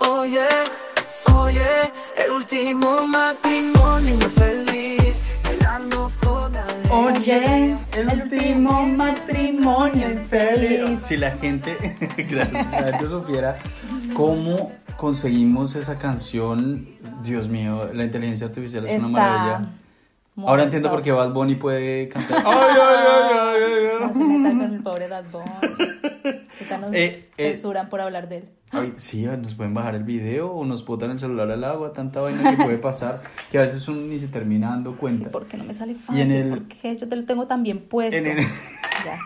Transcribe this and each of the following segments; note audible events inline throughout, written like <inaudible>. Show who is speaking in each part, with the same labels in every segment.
Speaker 1: Oye, oye, el último matrimonio infeliz, bailando con Ale.
Speaker 2: Oye, el último matrimonio infeliz.
Speaker 3: Si la gente, <laughs> gracias, si la gente supiera cómo conseguimos esa canción, Dios mío, la inteligencia artificial es
Speaker 2: Está
Speaker 3: una maravilla.
Speaker 2: muy
Speaker 3: Ahora entiendo
Speaker 2: top.
Speaker 3: por qué Bad Bunny puede cantar. <laughs> ¡Ay, ay, ay, ay, ay, ay!
Speaker 2: No se metan con el pobre Bad
Speaker 3: <laughs>
Speaker 2: Bunny. Ahorita nos
Speaker 3: Eh, eh.
Speaker 2: censuran por hablar de él.
Speaker 3: Ay, sí, nos pueden bajar el video o nos botan el celular al agua, tanta vaina que puede pasar que a veces uno ni se termina dando
Speaker 2: ¿Y
Speaker 3: cuenta.
Speaker 2: por qué no me sale fácil?
Speaker 3: en el-
Speaker 2: ¿Por qué yo te lo tengo tan bien puesto?
Speaker 3: En el-
Speaker 2: Ya.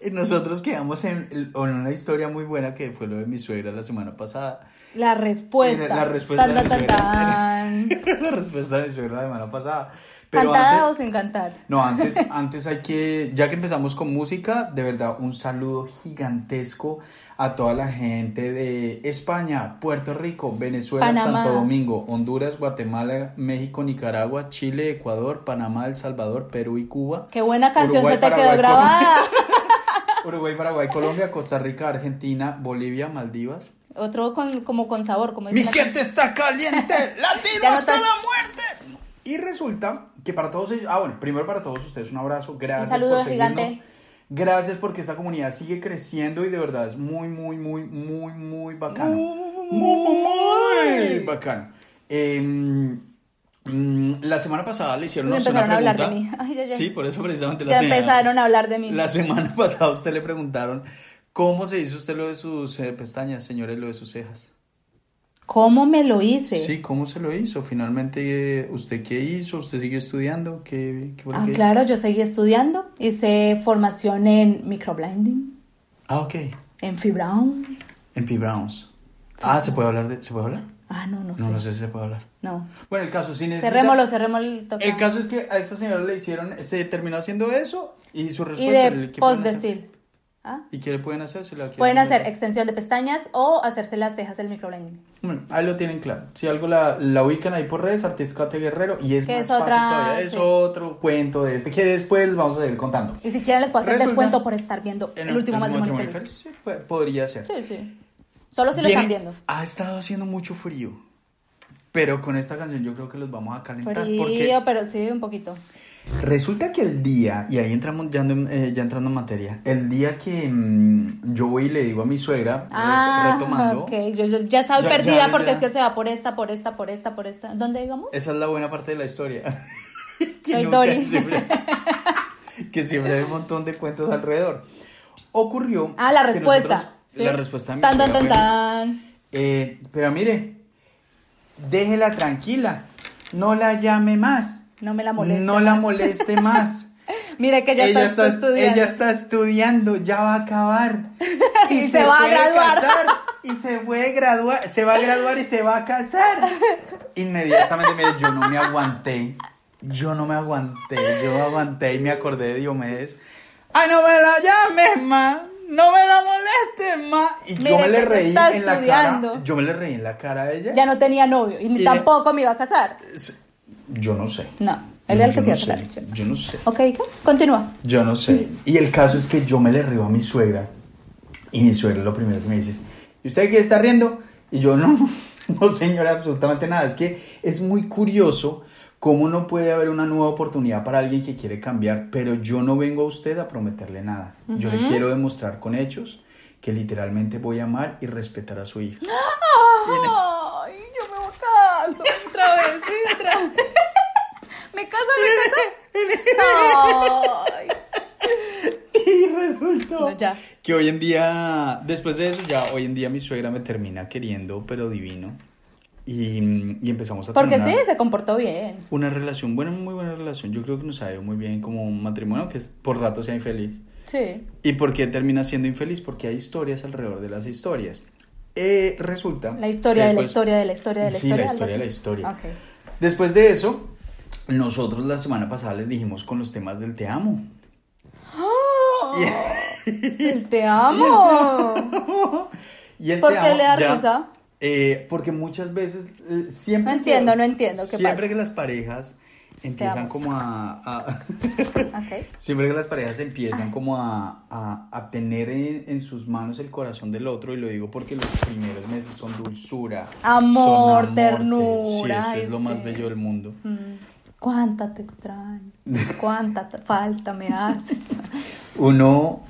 Speaker 3: Eh, Nosotros quedamos en, el- en una historia muy buena que fue lo de mi suegra la semana pasada. <laughs>
Speaker 2: La respuesta.
Speaker 3: La respuesta
Speaker 2: Tan,
Speaker 3: de
Speaker 2: tan,
Speaker 3: mi
Speaker 2: tan, tan.
Speaker 3: la respuesta de mi suegra la semana pasada. <laughs> Pero
Speaker 2: ¿Cantada
Speaker 3: antes,
Speaker 2: o sin cantar?
Speaker 3: No, antes, antes hay que, ya que empezamos con música, de verdad un saludo gigantesco a toda la gente de España, Puerto Rico, Venezuela,
Speaker 2: Panamá.
Speaker 3: Santo Domingo, Honduras, Guatemala, México, Nicaragua, Chile, Ecuador, Panamá, El Salvador, Perú y Cuba.
Speaker 2: Qué buena canción
Speaker 3: Uruguay,
Speaker 2: se te
Speaker 3: Paraguay,
Speaker 2: quedó grabada.
Speaker 3: Uruguay, Paraguay, Colombia, Costa Rica, Argentina, Bolivia, Maldivas.
Speaker 2: Otro con, como con sabor, como
Speaker 3: Mi
Speaker 2: dice Pues la
Speaker 3: gente está caliente, latino
Speaker 2: <laughs> Ya no
Speaker 3: hasta
Speaker 2: tan-
Speaker 3: la muerte. Y resulta que para todos ellos, ah bueno, primero para todos ustedes un abrazo, gracias.
Speaker 2: Un saludo
Speaker 3: por seguirnos.
Speaker 2: gigante.
Speaker 3: Gracias porque esta comunidad sigue creciendo y de verdad es muy, muy, muy, muy, muy bacana. Muy bacana. mm, la semana pasada le hicieron una
Speaker 2: Le empezaron a hablar
Speaker 3: pregunta.
Speaker 2: de mí. Ay, ya, ya.
Speaker 3: Sí, por eso precisamente la
Speaker 2: Ya
Speaker 3: semana-
Speaker 2: empezaron a hablar de mí.
Speaker 3: la semana <laughs> pasada a usted le preguntaron cómo se hizo usted lo de sus eh, pestañas, señores, lo de sus cejas.
Speaker 2: ¿Cómo me lo hice?
Speaker 3: Sí, ¿cómo se lo hizo? Finalmente, eh, ¿usted qué hizo? ¿Usted siguió estudiando? ¿Qué, qué fue lo
Speaker 2: Ah,
Speaker 3: que hizo?
Speaker 2: claro, yo seguí estudiando. Hice formación en microblinding,
Speaker 3: Ah, ok.
Speaker 2: en Fibrown.
Speaker 3: En P. Browns. Ah, ¿se puede hablar? De, ¿Se puede hablar?
Speaker 2: Ah, no,
Speaker 3: No,
Speaker 2: no, sé.
Speaker 3: no sé si se puede hablar.
Speaker 2: No.
Speaker 3: Bueno, el caso sí necesita...
Speaker 2: Cerrémoslo, cerrémoslo el toque.
Speaker 3: El caso es que a esta señora le hicieron, se terminó haciendo eso y su
Speaker 2: Y
Speaker 3: respuesta...
Speaker 2: de
Speaker 3: ¿qué pueden hacer?
Speaker 2: postdecil. ¿Ah?
Speaker 3: ¿Y qué le pueden hacer? Si la quieren
Speaker 2: Pueden hacer
Speaker 3: hablar.
Speaker 2: extensión de pestañas o hacerse las cejas del microblending.
Speaker 3: Bueno, ahí lo tienen claro. Si algo la, la ubican ahí por redes, Artiscate Guerrero, y es
Speaker 2: Que
Speaker 3: más
Speaker 2: es
Speaker 3: fácil
Speaker 2: otra-
Speaker 3: todavía. Es
Speaker 2: sí.
Speaker 3: otro cuento de este que después vamos a ir contando.
Speaker 2: Y si quieren les puedo hacer
Speaker 3: Resulta-
Speaker 2: descuento por estar viendo el, último matrimonio, feliz.
Speaker 3: feliz. Sí, pues, podría ser.
Speaker 2: Sí, sí. Solo si lo están
Speaker 3: Viene-
Speaker 2: viendo.
Speaker 3: Ha estado haciendo mucho frío. Pero con esta canción yo creo que los vamos a calentar.
Speaker 2: Frío,
Speaker 3: Porque
Speaker 2: pero sí, un poquito.
Speaker 3: resulta que el día, y ahí entramos ya, en- eh, ya entrando en materia, el día que mm, yo voy y le digo a mi suegra, re-
Speaker 2: Ah,
Speaker 3: retomando,
Speaker 2: ok. Yo, yo ya estaba
Speaker 3: Ya-
Speaker 2: perdida
Speaker 3: ya-
Speaker 2: porque
Speaker 3: ya.
Speaker 2: es que se va por esta, por esta, por esta, por esta. ¿Dónde íbamos?
Speaker 3: esa es la buena parte de la historia. <laughs> Que
Speaker 2: Soy
Speaker 3: nunca-
Speaker 2: Dory.
Speaker 3: siempre- <laughs> que siempre hay un montón de cuentos alrededor. Ocurrió.
Speaker 2: Ah, la
Speaker 3: que
Speaker 2: respuesta.
Speaker 3: nosotros-
Speaker 2: ¿sí?
Speaker 3: La respuesta de mi
Speaker 2: Tan, tan,
Speaker 3: suegra
Speaker 2: tan,
Speaker 3: fue-
Speaker 2: tan.
Speaker 3: Eh, pero mire, déjela tranquila, no la llame más.
Speaker 2: No me la moleste
Speaker 3: No la moleste
Speaker 2: <laughs>
Speaker 3: más.
Speaker 2: Mira que ya
Speaker 3: ella, está,
Speaker 2: está, estudiando.
Speaker 3: ella está estudiando, ya va a acabar.
Speaker 2: <laughs> Y se va a
Speaker 3: puede
Speaker 2: graduar.
Speaker 3: casar, y se puede graduar, se va a graduar y se va a casar. Inmediatamente, mire, yo no me aguanté. Yo no me aguanté, yo aguanté y me acordé de Diomedes. ¡Ay, no me la llames más! ¡No me la molestes más! Y yo
Speaker 2: Mire
Speaker 3: me
Speaker 2: que
Speaker 3: le
Speaker 2: te
Speaker 3: reí en
Speaker 2: está
Speaker 3: la cara.
Speaker 2: estudiando.
Speaker 3: Yo me le reí en la cara a ella.
Speaker 2: Ya no tenía novio y ni
Speaker 3: Y-
Speaker 2: tampoco me iba a casar.
Speaker 3: Yo no sé.
Speaker 2: No, él era el
Speaker 3: Yo
Speaker 2: que se iba
Speaker 3: no
Speaker 2: a casar.
Speaker 3: sé, Yo no sé.
Speaker 2: Ok, ¿qué? continúa.
Speaker 3: Yo no sé. Y el caso es que yo me le río a mi suegra. Y mi suegra lo primero que me dice es, ¿y usted qué está riendo? Y yo no, <laughs> no señora, absolutamente nada. Es que es muy curioso cómo no puede haber una nueva oportunidad para alguien que quiere cambiar, pero yo no vengo a usted a prometerle nada. Yo le quiero demostrar con hechos que literalmente voy a amar y respetar a su hija.
Speaker 2: Ay, yo me voy a casar otra vez, sí, otra vez. <laughs> Me caso, me caso. Ay.
Speaker 3: Y resultó
Speaker 2: No, ya.
Speaker 3: que hoy en día, después de eso, ya hoy en día mi suegra me termina queriendo, pero divino. Y, y empezamos a
Speaker 2: Porque
Speaker 3: tener
Speaker 2: sí,
Speaker 3: una,
Speaker 2: se comportó bien.
Speaker 3: una relación, buena, muy buena relación. Yo creo que nos ha ido muy bien como un matrimonio que es- por rato sea infeliz.
Speaker 2: Sí.
Speaker 3: ¿Y por qué termina siendo infeliz? Porque hay historias alrededor de las historias. Eh, resulta.
Speaker 2: La historia
Speaker 3: que
Speaker 2: de la
Speaker 3: después-
Speaker 2: historia de la historia de la
Speaker 3: pues, Sí,
Speaker 2: historia.
Speaker 3: la
Speaker 2: algo
Speaker 3: historia de la
Speaker 2: así.
Speaker 3: historia.
Speaker 2: Ok.
Speaker 3: Después de eso, nosotros la semana pasada les dijimos con los temas del te amo.
Speaker 2: El
Speaker 3: <laughs>
Speaker 2: te amo.
Speaker 3: Y el
Speaker 2: ¿Por
Speaker 3: te
Speaker 2: qué
Speaker 3: amo,
Speaker 2: le da
Speaker 3: ya, <laughs>
Speaker 2: risa?
Speaker 3: eh, porque muchas veces eh, siempre.
Speaker 2: No
Speaker 3: que-
Speaker 2: entiendo, no entiendo, ¿qué
Speaker 3: Siempre
Speaker 2: pasa?
Speaker 3: que las parejas empiezan
Speaker 2: amo.
Speaker 3: como a. a- <laughs>
Speaker 2: Ok.
Speaker 3: siempre que las parejas empiezan como a, a- a tener en, en sus manos el corazón del otro, y lo digo porque los primeros meses son dulces, dulzura.
Speaker 2: Amor,
Speaker 3: son
Speaker 2: ternura,
Speaker 3: Sí, eso
Speaker 2: ay,
Speaker 3: es lo más
Speaker 2: sí.
Speaker 3: bello del mundo.
Speaker 2: Mm, Cuánta
Speaker 3: <laughs>
Speaker 2: te extraño, cuánta te- falta me haces.
Speaker 3: Uno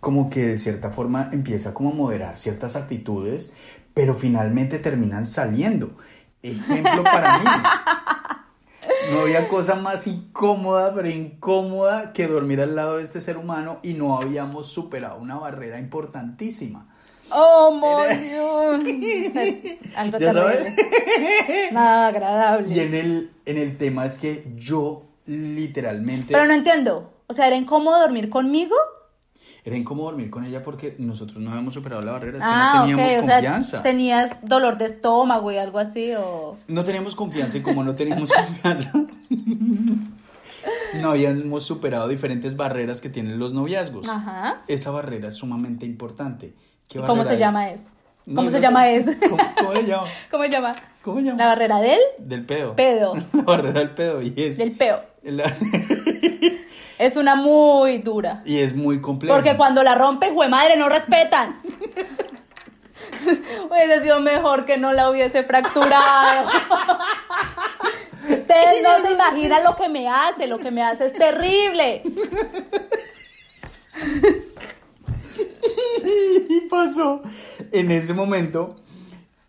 Speaker 3: como que de cierta forma empieza como a moderar ciertas actitudes, pero finalmente terminan saliendo. Ejemplo para
Speaker 2: <laughs>
Speaker 3: mí. No había cosa más incómoda, pero incómoda que dormir al lado de este ser humano y no habíamos superado una barrera importantísima.
Speaker 2: Oh, mon Dios. Algo
Speaker 3: ¿Ya
Speaker 2: terrible.
Speaker 3: sabes?
Speaker 2: Nada agradable.
Speaker 3: Y en el, en el tema es que yo literalmente
Speaker 2: Pero no entiendo. O sea, ¿era incómodo dormir conmigo?
Speaker 3: era incómodo dormir con ella porque nosotros no habíamos superado la barrera, es que
Speaker 2: ah,
Speaker 3: no teníamos
Speaker 2: ok. O sea,
Speaker 3: confianza.
Speaker 2: tenías dolor de estómago y algo así. O...
Speaker 3: No teníamos confianza y como no teníamos <laughs> confianza, no habíamos superado diferentes barreras que tienen los noviazgos.
Speaker 2: Ajá.
Speaker 3: Esa barrera es sumamente importante. ¿Qué
Speaker 2: ¿Y ¿Cómo
Speaker 3: barrera
Speaker 2: se llama
Speaker 3: es?
Speaker 2: es?
Speaker 3: No,
Speaker 2: ¿Cómo
Speaker 3: no,
Speaker 2: se
Speaker 3: no.
Speaker 2: llama es?
Speaker 3: <laughs> ¿Cómo, cómo se llama?
Speaker 2: <laughs> ¿Cómo se llama?
Speaker 3: ¿Cómo se llama?
Speaker 2: La barrera del
Speaker 3: Del pedo.
Speaker 2: pedo.
Speaker 3: <laughs> La barrera del pedo y es,
Speaker 2: Del peo.
Speaker 3: la-
Speaker 2: Es una muy dura.
Speaker 3: <laughs> y es muy complejo.
Speaker 2: Porque cuando la rompen, jue madre, no
Speaker 3: <laughs>
Speaker 2: respetan. Hubiese sido mejor que no la hubiese fracturado. Es que Ustedes no se imaginan lo que me hace, lo que me hace es terrible.
Speaker 3: <laughs> Y pasó en ese momento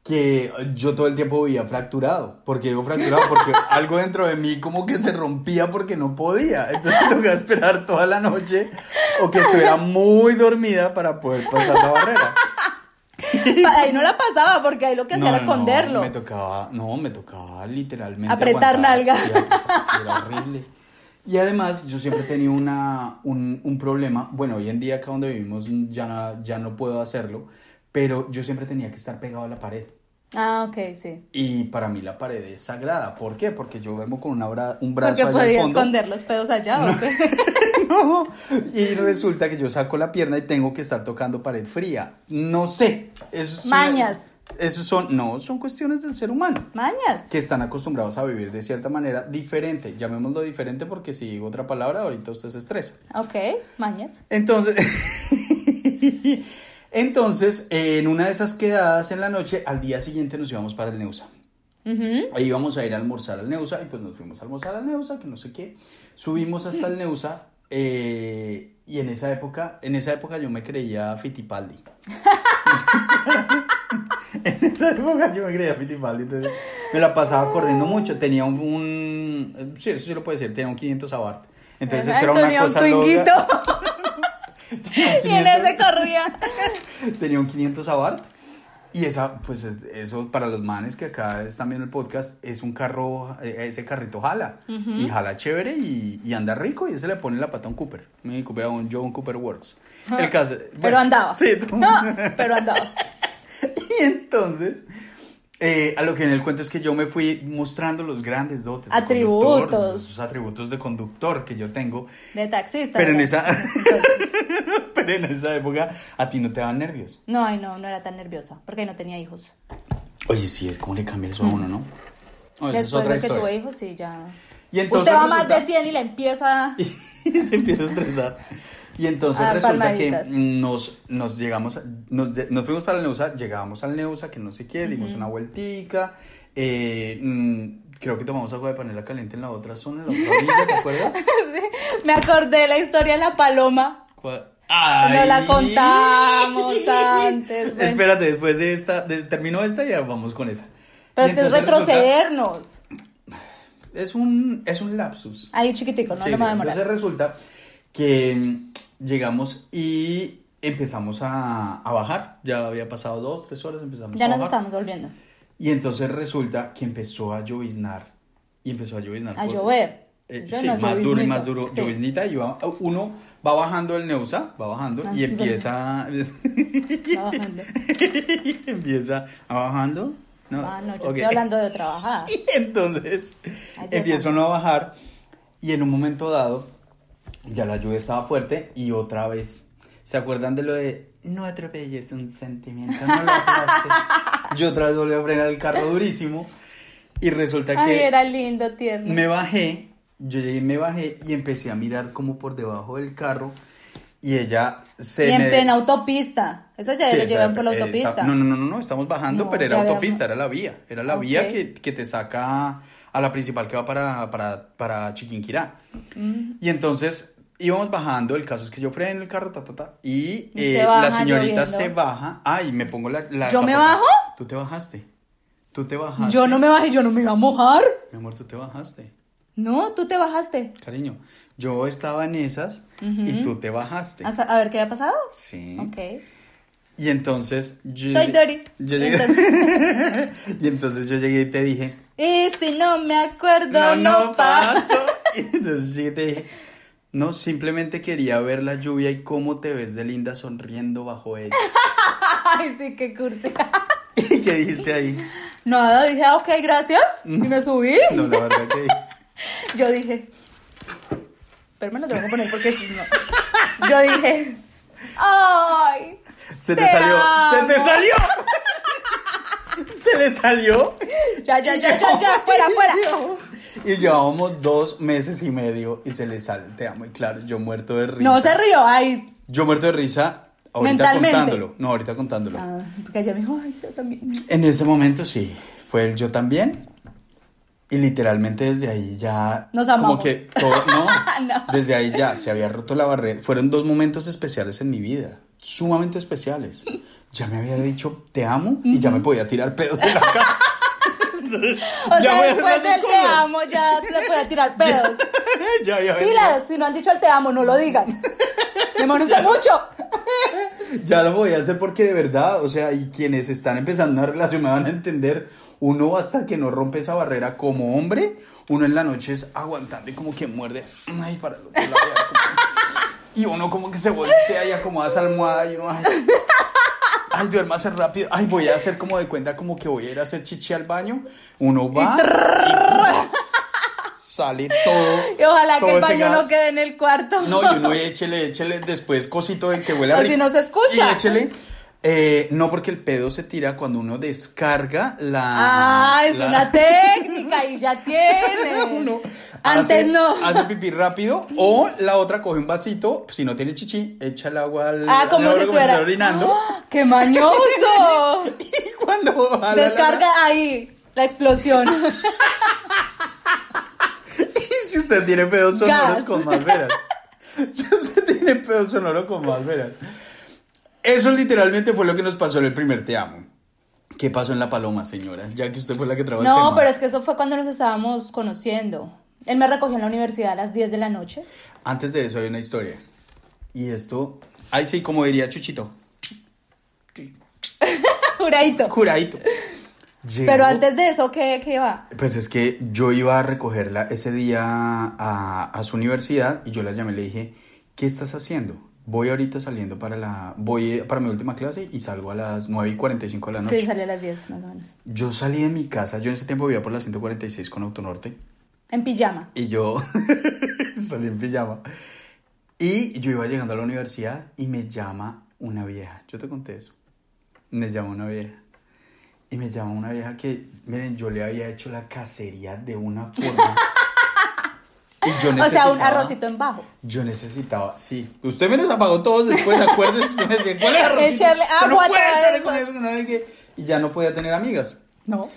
Speaker 3: que yo todo el tiempo vivía fracturado. Porque digo fracturado, porque algo dentro de mí como que se rompía porque no podía. Entonces <laughs> tocaba esperar toda la noche o que estuviera muy dormida para poder pasar la barrera.
Speaker 2: Pa- Ahí no la pasaba porque ahí lo que hacía
Speaker 3: No,
Speaker 2: era
Speaker 3: no,
Speaker 2: esconderlo.
Speaker 3: me tocaba, no, me tocaba literalmente.
Speaker 2: Apretar
Speaker 3: aguantar,
Speaker 2: nalga.
Speaker 3: sí, era horrible. Y además, yo siempre he tenido una, un, un problema. Bueno, hoy en día, acá donde vivimos, ya no, ya no puedo hacerlo. Pero yo siempre tenía que estar pegado a la pared.
Speaker 2: Ah, ok, sí.
Speaker 3: Y para mí la pared es sagrada. ¿Por qué? Porque yo duermo con una bra- un brazo
Speaker 2: Porque
Speaker 3: allá al
Speaker 2: podía
Speaker 3: fondo.
Speaker 2: esconder los pedos allá. ¿o qué?
Speaker 3: <laughs> No. Y resulta que yo saco la pierna y tengo que estar tocando pared fría. No sé. Eso es una-
Speaker 2: Mañas.
Speaker 3: eso son, no, son cuestiones del ser humano.
Speaker 2: <laughs> Mañas.
Speaker 3: que están acostumbrados a vivir de cierta manera diferente, llamémoslo diferente porque si digo otra palabra ahorita usted se estresa.
Speaker 2: Ok, mañas.
Speaker 3: Entonces, <laughs> entonces en una de esas quedadas en la noche, al día siguiente nos íbamos para el Neusa.
Speaker 2: Ujú.
Speaker 3: Ahí íbamos a ir a almorzar al Neusa y pues nos fuimos a almorzar al Neusa, que no sé qué. Subimos hasta
Speaker 2: Mm.
Speaker 3: el Neusa eh, y en esa época, en esa época yo me creía Fitipaldi. <laughs> en esa época yo me creía Fitipaldi, entonces me la pasaba corriendo mucho. Tenía un, un- sí, eso sí lo puede decir, tenía un 500 abart. Entonces eso era una
Speaker 2: Tenía un
Speaker 3: cosa
Speaker 2: twinguito.
Speaker 3: loca.
Speaker 2: <laughs> y en
Speaker 3: <laughs>
Speaker 2: ese corría.
Speaker 3: Tenía un 500 abart. Y esa, pues eso para los manes que acá están viendo el podcast, es un carro, eh, ese carrito jala. Y jala chévere y, y anda rico y ese le pone la pata a un Cooper. Mi Cooper, a un John Cooper Works. El caso,
Speaker 2: Pero
Speaker 3: bueno,
Speaker 2: andaba.
Speaker 3: Sí, tú-
Speaker 2: No, pero andaba.
Speaker 3: <laughs> Y entonces, eh, a lo que en el cuento es que yo me fui mostrando los grandes dotes. de
Speaker 2: Atributos.
Speaker 3: conductor, Esos atributos de conductor que yo tengo.
Speaker 2: De taxista.
Speaker 3: Pero en
Speaker 2: ¿verdad?
Speaker 3: esa, <laughs> pero en esa época a ti no te daban nervios.
Speaker 2: No, ay, no, no era tan nerviosa. Porque no tenía hijos.
Speaker 3: Oye, sí, es como le cambia eso a uno, ¿no? No, esa
Speaker 2: Mm. Después de que
Speaker 3: historia.
Speaker 2: tuve hijos, sí, ya.
Speaker 3: Y entonces
Speaker 2: Usted va más
Speaker 3: resulta-
Speaker 2: de 100 y la empieza.
Speaker 3: <laughs> y te empieza a estresar. Y entonces
Speaker 2: Ah,
Speaker 3: resulta
Speaker 2: palmaditas.
Speaker 3: que nos, nos llegamos, a- nos, de- nos fuimos para el Neusa, llegábamos al Neusa, que no sé qué, dimos una vueltica, eh, mm, creo que tomamos agua de panela caliente en la otra zona, en la otra orilla, ¿te acuerdas?
Speaker 2: <laughs> Me acordé de la historia de la paloma.
Speaker 3: ¿Cuál?
Speaker 2: No la
Speaker 3: ¡Ay!
Speaker 2: contamos
Speaker 3: <laughs>
Speaker 2: antes, bueno.
Speaker 3: Espérate, después de esta, de- terminó esta y ahora vamos con esa.
Speaker 2: Pero
Speaker 3: Y
Speaker 2: es que es
Speaker 3: entonces resulta-
Speaker 2: retrocedernos.
Speaker 3: es un, es un lapsus.
Speaker 2: Ahí chiquitico, no,
Speaker 3: Sí,
Speaker 2: no me va a demorar.
Speaker 3: entonces resulta que mm, llegamos y empezamos a, a bajar. Ya había pasado dos, tres horas, empezamos a
Speaker 2: Ya nos
Speaker 3: bajar.
Speaker 2: estamos volviendo.
Speaker 3: Y entonces resulta que empezó a lloviznar. Y empezó a lloviznar.
Speaker 2: A
Speaker 3: por-
Speaker 2: llover.
Speaker 3: Ah, Eh,
Speaker 2: Yo
Speaker 3: sí,
Speaker 2: no,
Speaker 3: más duro y
Speaker 2: lloviznito.
Speaker 3: más duro.
Speaker 2: Sí.
Speaker 3: Lloviznita y va- uno va bajando el Neusa, va bajando
Speaker 2: Ah,
Speaker 3: y
Speaker 2: sí,
Speaker 3: empieza... <laughs>
Speaker 2: Va bajando.
Speaker 3: empieza a bajando. No,
Speaker 2: Ah, no, yo
Speaker 3: ok.
Speaker 2: estoy hablando de otra
Speaker 3: <laughs>
Speaker 2: bajada.
Speaker 3: Y entonces
Speaker 2: Ay, Dios
Speaker 3: empieza uno a bajar y en un momento dado ya la lluvia estaba fuerte y otra vez. ¿Se acuerdan de lo de no atropelles un sentimiento, no lo
Speaker 2: <laughs>
Speaker 3: aplastes? Yo otra vez volví a frenar el carro durísimo y resulta
Speaker 2: Ay,
Speaker 3: que
Speaker 2: era lindo, tierno.
Speaker 3: me bajé, yo llegué, y me bajé y empecé a mirar como por debajo del carro y ella se
Speaker 2: Y en
Speaker 3: me-
Speaker 2: plena autopista. Eso ya
Speaker 3: Sí,
Speaker 2: lo
Speaker 3: o sea,
Speaker 2: llevan por la
Speaker 3: eh,
Speaker 2: autopista.
Speaker 3: está- No, no, no, no, no, estamos bajando,
Speaker 2: No,
Speaker 3: pero
Speaker 2: ya
Speaker 3: era
Speaker 2: habíamos-
Speaker 3: autopista, era la vía. Era la
Speaker 2: Ok.
Speaker 3: vía que, que te saca a la principal que va para, para, para Chiquinquirá.
Speaker 2: Mm.
Speaker 3: Y entonces íbamos bajando, el caso es que yo frené el carro, ta, ta, ta, y
Speaker 2: Y
Speaker 3: eh,
Speaker 2: se baja
Speaker 3: la señorita
Speaker 2: lloviendo.
Speaker 3: se baja. Ay, me pongo la... la
Speaker 2: ¿Yo me
Speaker 3: capota.
Speaker 2: bajo?
Speaker 3: Tú te bajaste. Tú te bajaste.
Speaker 2: Yo no me bajé, yo no me iba a mojar.
Speaker 3: Mi amor, tú te bajaste.
Speaker 2: No, tú te bajaste.
Speaker 3: Cariño, yo estaba en esas y tú te bajaste.
Speaker 2: Hasta- a ver, ¿qué había pasado?
Speaker 3: Sí.
Speaker 2: Ok.
Speaker 3: Y entonces yo
Speaker 2: Soy Dory.
Speaker 3: yo llegué- <laughs> y entonces yo llegué y te dije,
Speaker 2: Y si no me acuerdo,
Speaker 3: no, no,
Speaker 2: pasa. <laughs>
Speaker 3: paso. <laughs> Y entonces yo te dije, no, simplemente quería ver la lluvia y cómo te ves de linda sonriendo bajo ella. <laughs>
Speaker 2: Ay, sí, qué cursi. <laughs>
Speaker 3: ¿Y qué dijiste ahí?
Speaker 2: Nada, dije, ah, ok, gracias. Y me subí.
Speaker 3: No, la verdad que dijiste.
Speaker 2: Yo dije, pero me lo tengo que poner porque si no. Yo dije, ay.
Speaker 3: Se te, salió, se te
Speaker 2: amo".
Speaker 3: salió. <laughs> Se le salió.
Speaker 2: Ya, ya, ya, ya, ya, fuera, fuera.
Speaker 3: Y llevábamos dos meses y medio y se le sale, te amo. Y claro, yo muerto de risa.
Speaker 2: No se rió, ay.
Speaker 3: Yo muerto de risa ahorita
Speaker 2: Mentalmente.
Speaker 3: contándolo. No, ahorita contándolo.
Speaker 2: Ah, porque ella me dijo, ay, yo también.
Speaker 3: En ese momento sí, fue el yo también. Y literalmente desde ahí ya...
Speaker 2: Nos
Speaker 3: Como
Speaker 2: amamos.
Speaker 3: que todo- no,
Speaker 2: <laughs> No.
Speaker 3: desde ahí ya se había roto la barrera. Fueron dos momentos especiales en mi vida, sumamente especiales. Ya me había dicho te amo y ya me podía tirar pedos en la cara.
Speaker 2: <laughs> O
Speaker 3: Ya voy a
Speaker 2: sea,
Speaker 3: hacer las
Speaker 2: después
Speaker 3: dos
Speaker 2: del te
Speaker 3: cosas.
Speaker 2: amo ya le voy a tirar pedos.
Speaker 3: <laughs> ya había
Speaker 2: Pilas, si no han dicho el te amo, no lo digan.
Speaker 3: <laughs>
Speaker 2: Me molesta mucho.
Speaker 3: Ya lo voy a hacer porque de verdad, o sea, y quienes están empezando una relación me van a entender, uno hasta que no rompe esa barrera como hombre, uno en la noche es aguantando y como que muerde, ay, para el otro lado, ya, como- y uno como que se voltea y acomoda esa almohada y uno, ay, ay, duérmase rápido, ay, voy a hacer como de cuenta como que voy a ir a hacer chichi al baño, uno va, y sale todo.
Speaker 2: Y ojalá
Speaker 3: todo
Speaker 2: que el
Speaker 3: ese
Speaker 2: baño
Speaker 3: gas.
Speaker 2: no quede en el cuarto.
Speaker 3: No, y uno échele, échele, después cosito de que huele a
Speaker 2: O si no se escucha.
Speaker 3: Y échele. eh, no, porque el pedo se tira cuando uno descarga la.
Speaker 2: Ah, es
Speaker 3: la- <laughs>
Speaker 2: una técnica y ya tiene.
Speaker 3: Uno
Speaker 2: Antes
Speaker 3: hace-
Speaker 2: no.
Speaker 3: Hace pipí
Speaker 2: <laughs>
Speaker 3: rápido o la otra coge un vasito, si no tiene chichi, echa el agua al.
Speaker 2: ah, como
Speaker 3: al-
Speaker 2: si estuviera.
Speaker 3: estuviera orinando.
Speaker 2: <laughs> ¡Ah! ¡Qué
Speaker 3: <laughs>
Speaker 2: mañoso!
Speaker 3: Y cuando. jala la-
Speaker 2: Descarga ahí
Speaker 3: <laughs>
Speaker 2: la explosión.
Speaker 3: Y <laughs> si usted tiene pedos sonoros
Speaker 2: Gas.
Speaker 3: con más
Speaker 2: <laughs>
Speaker 3: veras. Si usted tiene pedos sonoros con más veras. Eso literalmente fue lo que nos pasó en el primer Te Amo. ¿Qué pasó en La Paloma, señora? Ya que usted fue la que trabajó
Speaker 2: No, pero es que eso fue cuando nos estábamos conociendo. Él me recogió en la universidad a las 10 de la noche. <laughs>
Speaker 3: Antes de eso hay una historia. Y esto... Ay, sí, como diría Chuchito.
Speaker 2: Juradito.
Speaker 3: Curadito. Llegó-
Speaker 2: Pero antes de eso, ¿qué, qué va?
Speaker 3: Pues es que yo iba a recogerla ese día a, a su universidad y yo la llamé y le dije, ¿qué estás haciendo? Voy ahorita saliendo para la, voy eh, para mi última clase y salgo a las 9 y 45 de la noche.
Speaker 2: Sí, sale a las 10 más o menos.
Speaker 3: Yo salí de mi casa, yo en ese tiempo vivía por la 146 con Autonorte
Speaker 2: En pijama.
Speaker 3: y yo <laughs> salí en pijama. Y yo iba llegando a la universidad y me llama una vieja. Yo te conté eso. Me llama una vieja. Y me llama una vieja que, miren, yo le había hecho la cacería de una
Speaker 2: <laughs>
Speaker 3: forma. y yo
Speaker 2: O sea, un
Speaker 3: necesitaba-
Speaker 2: arrocito en bajo.
Speaker 3: Yo necesitaba, sí. Usted me los apagó todos después, acuérdense. Usted me decía, ¿cuál es el
Speaker 2: <laughs>
Speaker 3: arrocito?
Speaker 2: Échale
Speaker 3: Usted no
Speaker 2: agua,
Speaker 3: puede
Speaker 2: trae
Speaker 3: salir
Speaker 2: eso.
Speaker 3: con eso, no sé qué. Y ya no podía tener amigas.
Speaker 2: No,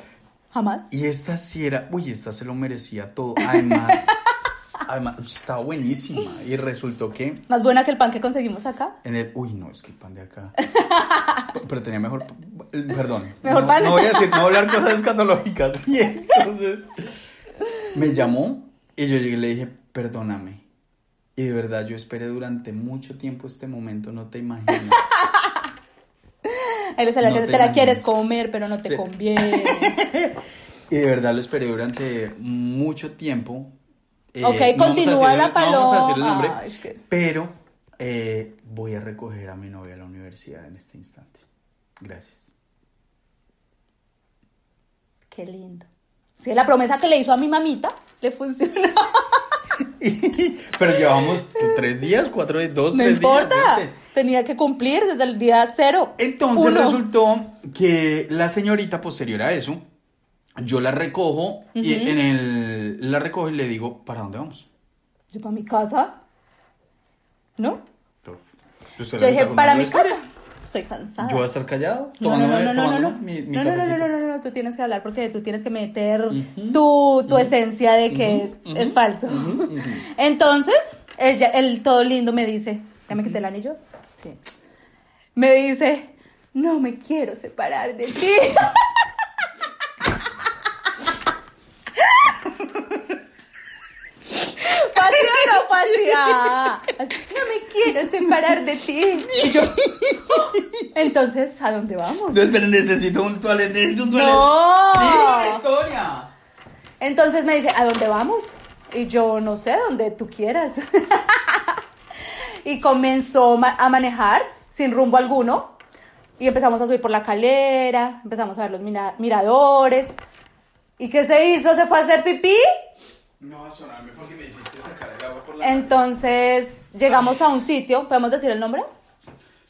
Speaker 2: jamás.
Speaker 3: Y esta sí era, uy, esta se lo merecía todo.
Speaker 2: <laughs>
Speaker 3: Además, además, estaba buenísima. Y resultó que
Speaker 2: Más buena que el pan que conseguimos acá.
Speaker 3: en el, uy, no, es que el pan de acá. Pero tenía mejor, eh, perdón.
Speaker 2: Mejor
Speaker 3: no,
Speaker 2: pan.
Speaker 3: No voy a decir, no voy a hablar cosas escatológicas. <laughs> Y entonces, me llamó y yo llegué y le dije, perdóname. Y de verdad, yo esperé durante mucho tiempo este momento, no te imaginas.
Speaker 2: Ahí le sale
Speaker 3: No
Speaker 2: que
Speaker 3: te
Speaker 2: te, la
Speaker 3: imaginas.
Speaker 2: quieres comer, pero no te
Speaker 3: Sí.
Speaker 2: conviene.
Speaker 3: Y de verdad lo esperé durante mucho tiempo. Eh,
Speaker 2: Ok,
Speaker 3: vamos a
Speaker 2: continúa
Speaker 3: decir-
Speaker 2: la
Speaker 3: No vamos a decir el
Speaker 2: paloma.
Speaker 3: nombre,
Speaker 2: Ay, es que-
Speaker 3: pero eh, voy a recoger a mi novia a la universidad en este instante. Gracias. <laughs>
Speaker 2: Qué lindo. Sí, la promesa que le hizo a mi mamita le funcionó.
Speaker 3: pero llevamos tres días, cuatro, días, dos,
Speaker 2: No
Speaker 3: tres
Speaker 2: importa.
Speaker 3: días. yo qué sé.
Speaker 2: Tenía que cumplir desde el día cero.
Speaker 3: Entonces
Speaker 2: Uno.
Speaker 3: resultó que la señorita posterior a eso, yo la recojo y en el la recojo y le digo, ¿para dónde vamos?
Speaker 2: Yo para mi casa. ¿No?
Speaker 3: Pero, Usted
Speaker 2: Yo
Speaker 3: ahorita
Speaker 2: dije,
Speaker 3: contando
Speaker 2: para
Speaker 3: la
Speaker 2: mi
Speaker 3: historia.
Speaker 2: casa. Estoy cansada.
Speaker 3: Yo voy a estar callado,
Speaker 2: No, no, no,
Speaker 3: tomándome,
Speaker 2: no, no, no, no.
Speaker 3: tomándome mi, mi
Speaker 2: No, no, no, no,
Speaker 3: cafecito.
Speaker 2: no, no, no, tú tienes que hablar porque tú tienes que meter
Speaker 3: Ujú,
Speaker 2: tu, tu esencia de que
Speaker 3: ujú, ujú,
Speaker 2: es falso.
Speaker 3: ujú, ujú.
Speaker 2: Entonces, el, ya- el todo lindo me dice, ¿ya me quité el anillo? Sí. Me dice, no me quiero separar
Speaker 3: <laughs>
Speaker 2: de ti. ¿Pasía o no pasía? No me quiero separar de ti. Y yo, "Oh". entonces, ¿a dónde vamos?
Speaker 3: No, espera, necesito un toilet, necesito un toilet.
Speaker 2: No.
Speaker 3: Sí, la historia.
Speaker 2: Entonces me dice, ¿a dónde vamos? Y yo, no sé, donde tú quieras. <laughs> y comenzó ma- a manejar sin rumbo alguno. Y empezamos a subir por la calera, empezamos a ver los mina- miradores. ¿Y qué se hizo? ¿Se fue a hacer pipí?
Speaker 3: No, sonarme porque me hiciste sacar el agua por
Speaker 2: Entonces llegamos a un sitio, ¿podemos decir el nombre?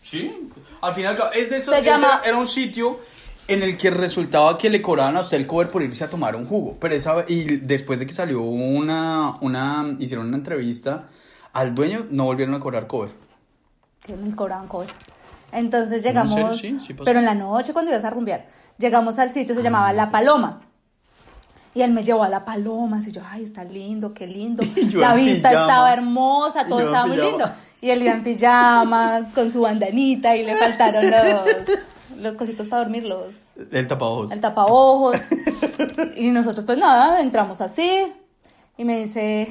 Speaker 3: Sí, al final es de eso.
Speaker 2: Se
Speaker 3: ese
Speaker 2: llama-
Speaker 3: Era un sitio en el que resultaba que le cobraban a usted el cover por irse a tomar un jugo. Pero esa y después de que salió una una hicieron una entrevista al dueño no volvieron a cobrar cover.
Speaker 2: Que me cobraban cobre. Entonces
Speaker 3: ¿En serio?
Speaker 2: llegamos,
Speaker 3: Sí, sí pasó. Ah,
Speaker 2: pero en la noche cuando ibas a rumbear, llegamos al sitio, se llamaba La Paloma. Y él me llevó a La Paloma, así yo, ay, está lindo, qué lindo.
Speaker 3: <laughs> Y yo
Speaker 2: la
Speaker 3: en
Speaker 2: vista
Speaker 3: pijama.
Speaker 2: estaba hermosa, todo
Speaker 3: Y yo en
Speaker 2: estaba muy
Speaker 3: pijama.
Speaker 2: lindo. Y él iba en pijama, con su bandanita y le faltaron
Speaker 3: <laughs>
Speaker 2: los, los cositos para dormir, los,
Speaker 3: El tapabocas.
Speaker 2: el tapaojos. Y nosotros, pues nada, entramos así. Y me dice,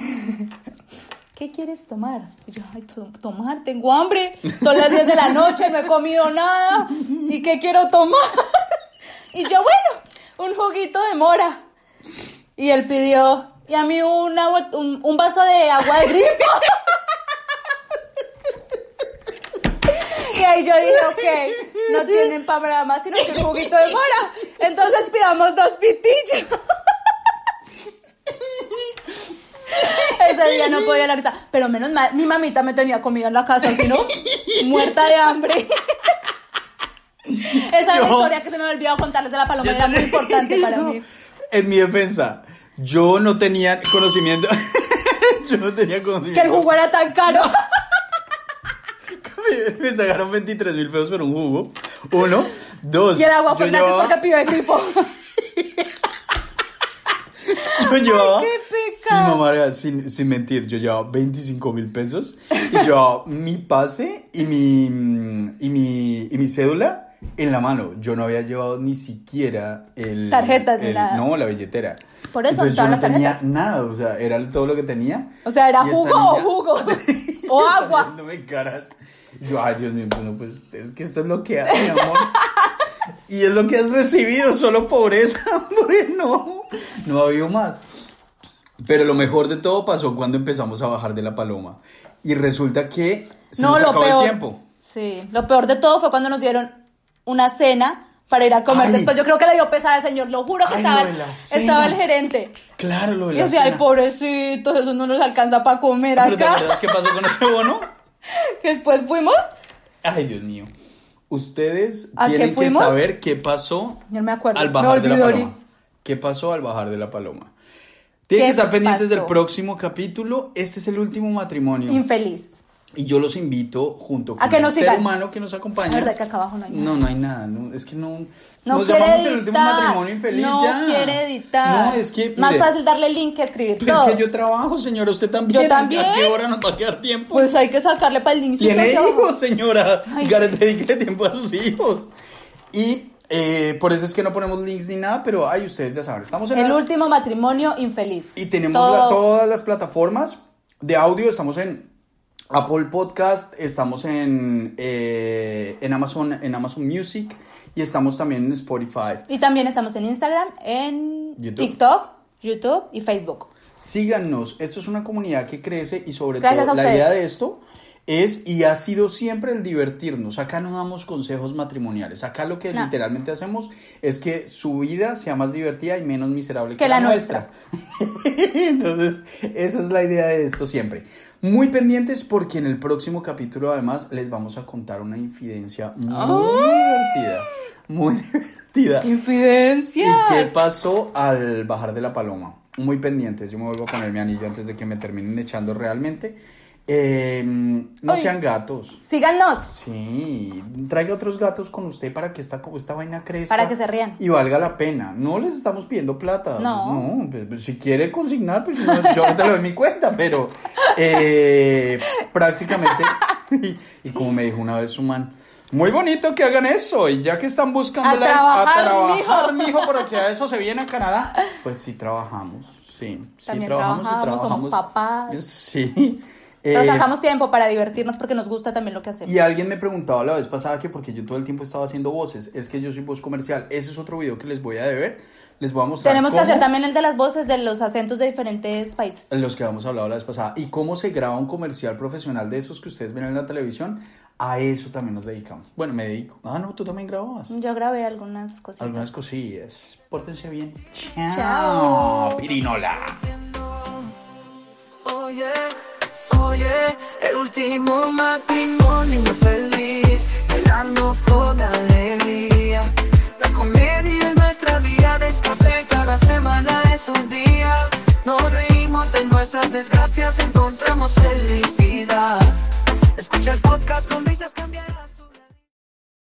Speaker 2: <laughs> ¿qué quieres tomar? Y yo, ay, to- tomar, tengo hambre. Son las 10 de la noche, no he comido nada. ¿Y qué quiero tomar? <laughs> Y yo, bueno, un juguito de mora. Y él pidió, y a mí una bot- un, un vaso de agua de grifo. <laughs> Y ahí yo dije, ok, no tienen para más sino que un juguito de mora. Entonces pidamos dos pitillos. <laughs> Ese día no podía la risa. Pero menos mal, mi mamita me tenía comida en la casa, si no, muerta de hambre. <laughs> Esa es la
Speaker 3: Yo-
Speaker 2: historia que se me había olvidado contarles de la paloma.
Speaker 3: Yo
Speaker 2: Era muy
Speaker 3: también-
Speaker 2: importante para
Speaker 3: <laughs> No,
Speaker 2: mí.
Speaker 3: En mi defensa, yo no tenía conocimiento. <laughs> yo no tenía
Speaker 2: Que el
Speaker 3: conocimiento.
Speaker 2: jugo era tan caro.
Speaker 3: <laughs> Me sacaron 23 mil pesos por un jugo. Uno, dos.
Speaker 2: Y el agua fue
Speaker 3: yo
Speaker 2: gratis
Speaker 3: llevaba-
Speaker 2: porque pidió el grifo.
Speaker 3: <laughs> Yo llevaba,
Speaker 2: qué
Speaker 3: sin,
Speaker 2: pecado.
Speaker 3: mamar, sin, sin mentir, yo llevaba 25 mil pesos y llevaba mi pase y mi, y, mi, y mi cédula en la mano. Yo no había llevado ni siquiera el...
Speaker 2: Tarjetas ni
Speaker 3: el-
Speaker 2: nada.
Speaker 3: No, la billetera.
Speaker 2: Por eso,
Speaker 3: Entonces, yo
Speaker 2: estaban
Speaker 3: no
Speaker 2: las
Speaker 3: tenía
Speaker 2: tarjetas.
Speaker 3: nada, o sea, era todo lo que tenía.
Speaker 2: O sea, ¿era
Speaker 3: Y esta
Speaker 2: jugo o
Speaker 3: niña-
Speaker 2: jugo?
Speaker 3: <laughs>
Speaker 2: ¿O agua?
Speaker 3: Poniéndome caras. Y Yo, ay, Dios mío, pues, no, pues es que esto es lo que hay, mi
Speaker 2: <laughs>
Speaker 3: amor. y es lo que has recibido, solo pobreza, <laughs> hombre, no. No ha habido más. Pero lo mejor de todo pasó cuando empezamos a bajar de la paloma. Y resulta que se
Speaker 2: no,
Speaker 3: nos
Speaker 2: lo
Speaker 3: acabó el
Speaker 2: peor.
Speaker 3: tiempo.
Speaker 2: Sí, lo peor de todo fue cuando nos dieron una cena para ir a comer.
Speaker 3: Ay.
Speaker 2: Después yo creo que le dio pesar al señor, lo juro que
Speaker 3: Ay,
Speaker 2: estaba,
Speaker 3: lo de la cena.
Speaker 2: estaba el gerente.
Speaker 3: Claro, lo de
Speaker 2: Y
Speaker 3: la
Speaker 2: decía, ay,
Speaker 3: cena. Ah,
Speaker 2: pobrecitos, eso no nos alcanza para comer
Speaker 3: ¿Pero te
Speaker 2: acá.
Speaker 3: acuerdas qué pasó con ese bono?
Speaker 2: Que <laughs> Después fuimos,
Speaker 3: Ay, Dios mío. Ustedes
Speaker 2: ¿A qué
Speaker 3: tienen que
Speaker 2: fuimos?
Speaker 3: saber qué pasó
Speaker 2: yo no me acuerdo,
Speaker 3: al
Speaker 2: me
Speaker 3: bajar de la
Speaker 2: olvidó
Speaker 3: paloma.
Speaker 2: ahorita.
Speaker 3: ¿Qué pasó al bajar de la paloma?
Speaker 2: ¿Qué
Speaker 3: Tienen que estar pendientes
Speaker 2: pasó?
Speaker 3: del próximo capítulo. Este es el último matrimonio.
Speaker 2: Infeliz.
Speaker 3: y yo los invito junto
Speaker 2: A
Speaker 3: con
Speaker 2: que
Speaker 3: el
Speaker 2: nos
Speaker 3: ser
Speaker 2: sigan.
Speaker 3: humano que nos acompaña.
Speaker 2: La verdad que acá abajo no hay nada.
Speaker 3: No, no hay nada. no, es que no.
Speaker 2: No
Speaker 3: nos
Speaker 2: quiere
Speaker 3: llamamos
Speaker 2: editar.
Speaker 3: el último matrimonio infeliz
Speaker 2: no
Speaker 3: ya.
Speaker 2: quiere editar.
Speaker 3: No, es que.
Speaker 2: Más
Speaker 3: mire,
Speaker 2: fácil darle link que escribir
Speaker 3: pues
Speaker 2: todo.
Speaker 3: es que yo trabajo, señora. Usted también.
Speaker 2: Yo también.
Speaker 3: ¿A qué hora nos va a quedar tiempo?
Speaker 2: Pues hay que sacarle para el link.
Speaker 3: Tiene
Speaker 2: yo-
Speaker 3: hijos, señora.
Speaker 2: Ay.
Speaker 3: Gar- Dedíquele tiempo a sus hijos. Y eh, por eso es que no ponemos links ni nada, pero ay, ustedes ya saben. Estamos en
Speaker 2: El
Speaker 3: la-
Speaker 2: último matrimonio infeliz.
Speaker 3: Y tenemos
Speaker 2: Todo.
Speaker 3: la- todas las plataformas de audio. Estamos en Apple Podcast, estamos en, eh, en, Amazon, en Amazon Music y estamos también en Spotify.
Speaker 2: Y también estamos en Instagram, en
Speaker 3: YouTube.
Speaker 2: TikTok, YouTube y Facebook.
Speaker 3: Síganos. Esto es una comunidad que crece y sobre
Speaker 2: Gracias
Speaker 3: todo
Speaker 2: a
Speaker 3: la
Speaker 2: ustedes.
Speaker 3: idea de esto es y ha sido siempre el divertirnos. Acá no damos consejos matrimoniales. Acá lo que
Speaker 2: No.
Speaker 3: literalmente hacemos es que su vida sea más divertida y menos miserable que,
Speaker 2: Que
Speaker 3: la,
Speaker 2: la
Speaker 3: nuestra. <laughs> Entonces, esa es la idea de esto siempre. Muy pendientes porque en el próximo capítulo además les vamos a contar una infidencia muy divertida. Muy <laughs> divertida.
Speaker 2: Infidencia.
Speaker 3: ¿Y qué pasó al bajar de la paloma? Muy pendientes, yo me vuelvo a poner mi anillo antes de que me terminen echando realmente. eh, no
Speaker 2: Ay.
Speaker 3: sean gatos.
Speaker 2: Síganos.
Speaker 3: Sí, traiga otros gatos con usted para que esta, esta vaina crezca.
Speaker 2: Para que se rían.
Speaker 3: Y valga la pena. No les estamos pidiendo plata.
Speaker 2: No.
Speaker 3: pues, pues, si quiere consignar, pues no, yo te lo doy en mi cuenta, pero eh, prácticamente. Y, y como me dijo una vez un man, muy bonito que hagan eso. Y ya que están buscando
Speaker 2: A
Speaker 3: las-
Speaker 2: trabajar,
Speaker 3: trabajar,
Speaker 2: mijo.
Speaker 3: mijo, porque a eso se viene a Canadá. Pues sí, trabajamos. Sí, sí,
Speaker 2: También
Speaker 3: trabajamos, y
Speaker 2: trabajamos, somos
Speaker 3: trabajamos.
Speaker 2: papás.
Speaker 3: Sí.
Speaker 2: Pero
Speaker 3: eh,
Speaker 2: sacamos tiempo para divertirnos porque nos gusta también lo que hacemos.
Speaker 3: y alguien me preguntaba la vez pasada que porque yo todo el tiempo estaba haciendo voces, es que yo soy voz comercial. Ese es otro video que les voy a deber. Les voy a mostrar.
Speaker 2: Tenemos que
Speaker 3: cómo-
Speaker 2: hacer también el de las voces de los acentos de diferentes países.
Speaker 3: los que habíamos hablado la vez pasada y cómo se graba un comercial profesional de esos que ustedes ven en la televisión. A eso también nos dedicamos. Bueno, me dedico. Ah, no, tú también grababas.
Speaker 2: Yo grabé algunas cositas.
Speaker 3: Algunas cosillas. Pórtense bien.
Speaker 2: Chao.
Speaker 3: Pirinola.
Speaker 1: Oye, oye, el último matrimonio feliz, bailando con alegría. La comedia es nuestra vía de escape, cada semana es un día. Nos reímos de nuestras desgracias, encontramos felicidad. Escucha el podcast con risas cambiantes.